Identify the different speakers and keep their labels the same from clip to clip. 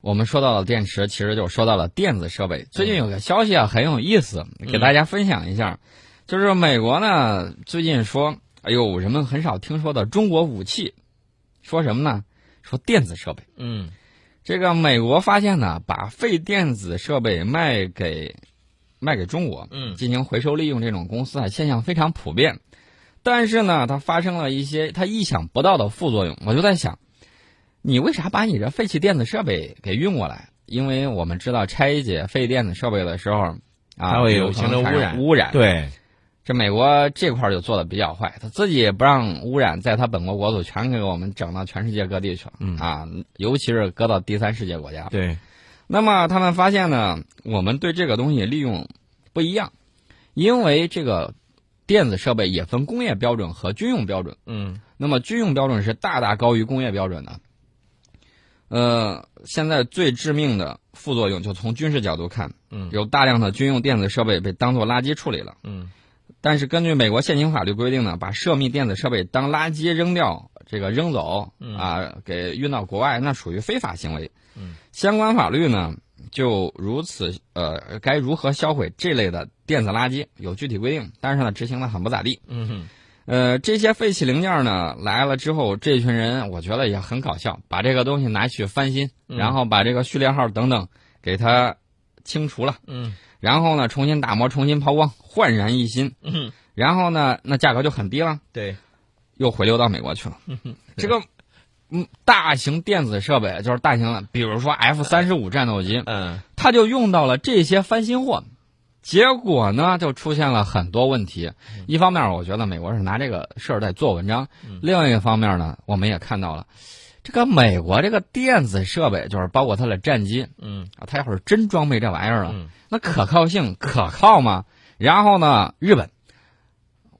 Speaker 1: 我们说到了电池，其实就说到了电子设备。最近有个消息啊，很有意思，给大家分享一下，就是美国呢最近说，哎呦，人们很少听说的中国武器，说什么呢？说电子设备。
Speaker 2: 嗯
Speaker 1: 这个美国发现呢，把废电子设备卖给卖给中国，
Speaker 2: 嗯
Speaker 1: 进行回收利用这种公司啊，现象非常普遍。但是呢，它发生了一些它意想不到的副作用。我就在想，你为啥把你这废弃电子设备给运过来？因为我们知道拆解废电子设备的时候，啊，
Speaker 2: 它会有
Speaker 1: 有可能
Speaker 2: 形成
Speaker 1: 产
Speaker 2: 污
Speaker 1: 生
Speaker 2: 染
Speaker 1: 污染，
Speaker 2: 对，
Speaker 1: 这美国这块儿就做的比较坏，他自己也不让污染在他本国国土全给我们整到全世界各地去了、
Speaker 2: 嗯
Speaker 1: 啊，尤其是搁到第三世界国家。
Speaker 2: 对，
Speaker 1: 那么他们发现呢，我们对这个东西利用不一样，因为这个电子设备也分工业标准和军用标准，
Speaker 2: 嗯
Speaker 1: 那么军用标准是大大高于工业标准的。呃，现在最致命的副作用就从军事角度看，
Speaker 2: 嗯
Speaker 1: 有大量的军用电子设备被当做垃圾处理了。
Speaker 2: 嗯
Speaker 1: 但是根据美国现行法律规定呢，把涉密电子设备当垃圾扔掉，这个扔走
Speaker 2: 嗯
Speaker 1: 啊，给运到国外，那属于非法行为。
Speaker 2: 嗯，
Speaker 1: 相关法律呢，就如此呃，该如何销毁这类的电子垃圾有具体规定，但是呢，执行的很不咋地。
Speaker 2: 嗯哼
Speaker 1: 呃，这些废弃零件呢来了之后，这群人我觉得也很搞笑，把这个东西拿去翻新，
Speaker 2: 嗯
Speaker 1: 然后把这个序列号等等给它清除了，
Speaker 2: 嗯
Speaker 1: 然后呢重新打磨，重新抛光，焕然一新。
Speaker 2: 嗯哼，
Speaker 1: 然后呢，那价格就很低了，
Speaker 2: 对，
Speaker 1: 又回流到美国去了。这个，嗯，大型电子设备就是大型的，比如说 F 三十五战斗机，
Speaker 2: 嗯
Speaker 1: 它就用到了这些翻新货，结果呢，就出现了很多问题。一方面，我觉得美国是拿这个事儿在做文章；另一个方面呢，我们也看到了。这个美国这个电子设备，就是包括它的战机
Speaker 2: 嗯
Speaker 1: 啊，它要是真装备这玩意儿了，
Speaker 2: 嗯
Speaker 1: 那可靠性可靠吗？然后呢，日本，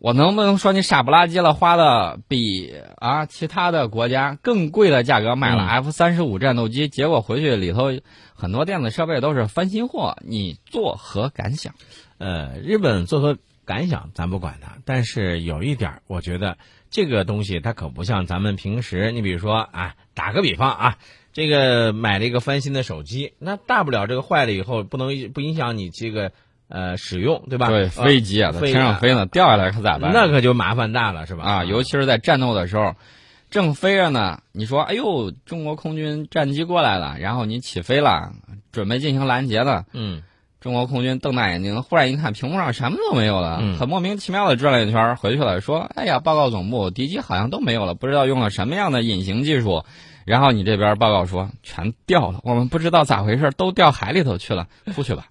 Speaker 1: 我能不能说你傻不拉几了，花的比啊其他的国家更贵的价格买了 F 三十五战斗机，结果回去里头很多电子设备都是翻新货，你作何感想？
Speaker 2: 呃，日本作何感想咱不管它，但是有一点儿，我觉得这个东西它可不像咱们平时，你比如说啊，打个比方啊。这个买了一个翻新的手机，那大不了这个坏了以后不能不影响你这个呃使用，对吧？
Speaker 1: 对，
Speaker 2: 呃
Speaker 1: 飞机啊，在
Speaker 2: 飞
Speaker 1: 天上
Speaker 2: 啊
Speaker 1: 飞呢，掉下来可咋办？
Speaker 2: 那可就麻烦大了，是吧？
Speaker 1: 啊，尤其是在战斗的时候，正飞着呢，你说，哎呦，中国空军战机过来了，然后你起飞了，准备进行拦截了。
Speaker 2: 嗯
Speaker 1: 中国空军瞪大眼睛，忽然一看屏幕上什么都没有了，
Speaker 2: 嗯
Speaker 1: 很莫名其妙的转了一圈儿回去了，说：“哎呀，报告总部，敌机好像都没有了，不知道用了什么样的隐形技术。”然后你这边报告说全掉了，我们不知道咋回事，都掉海里头去了，出去吧。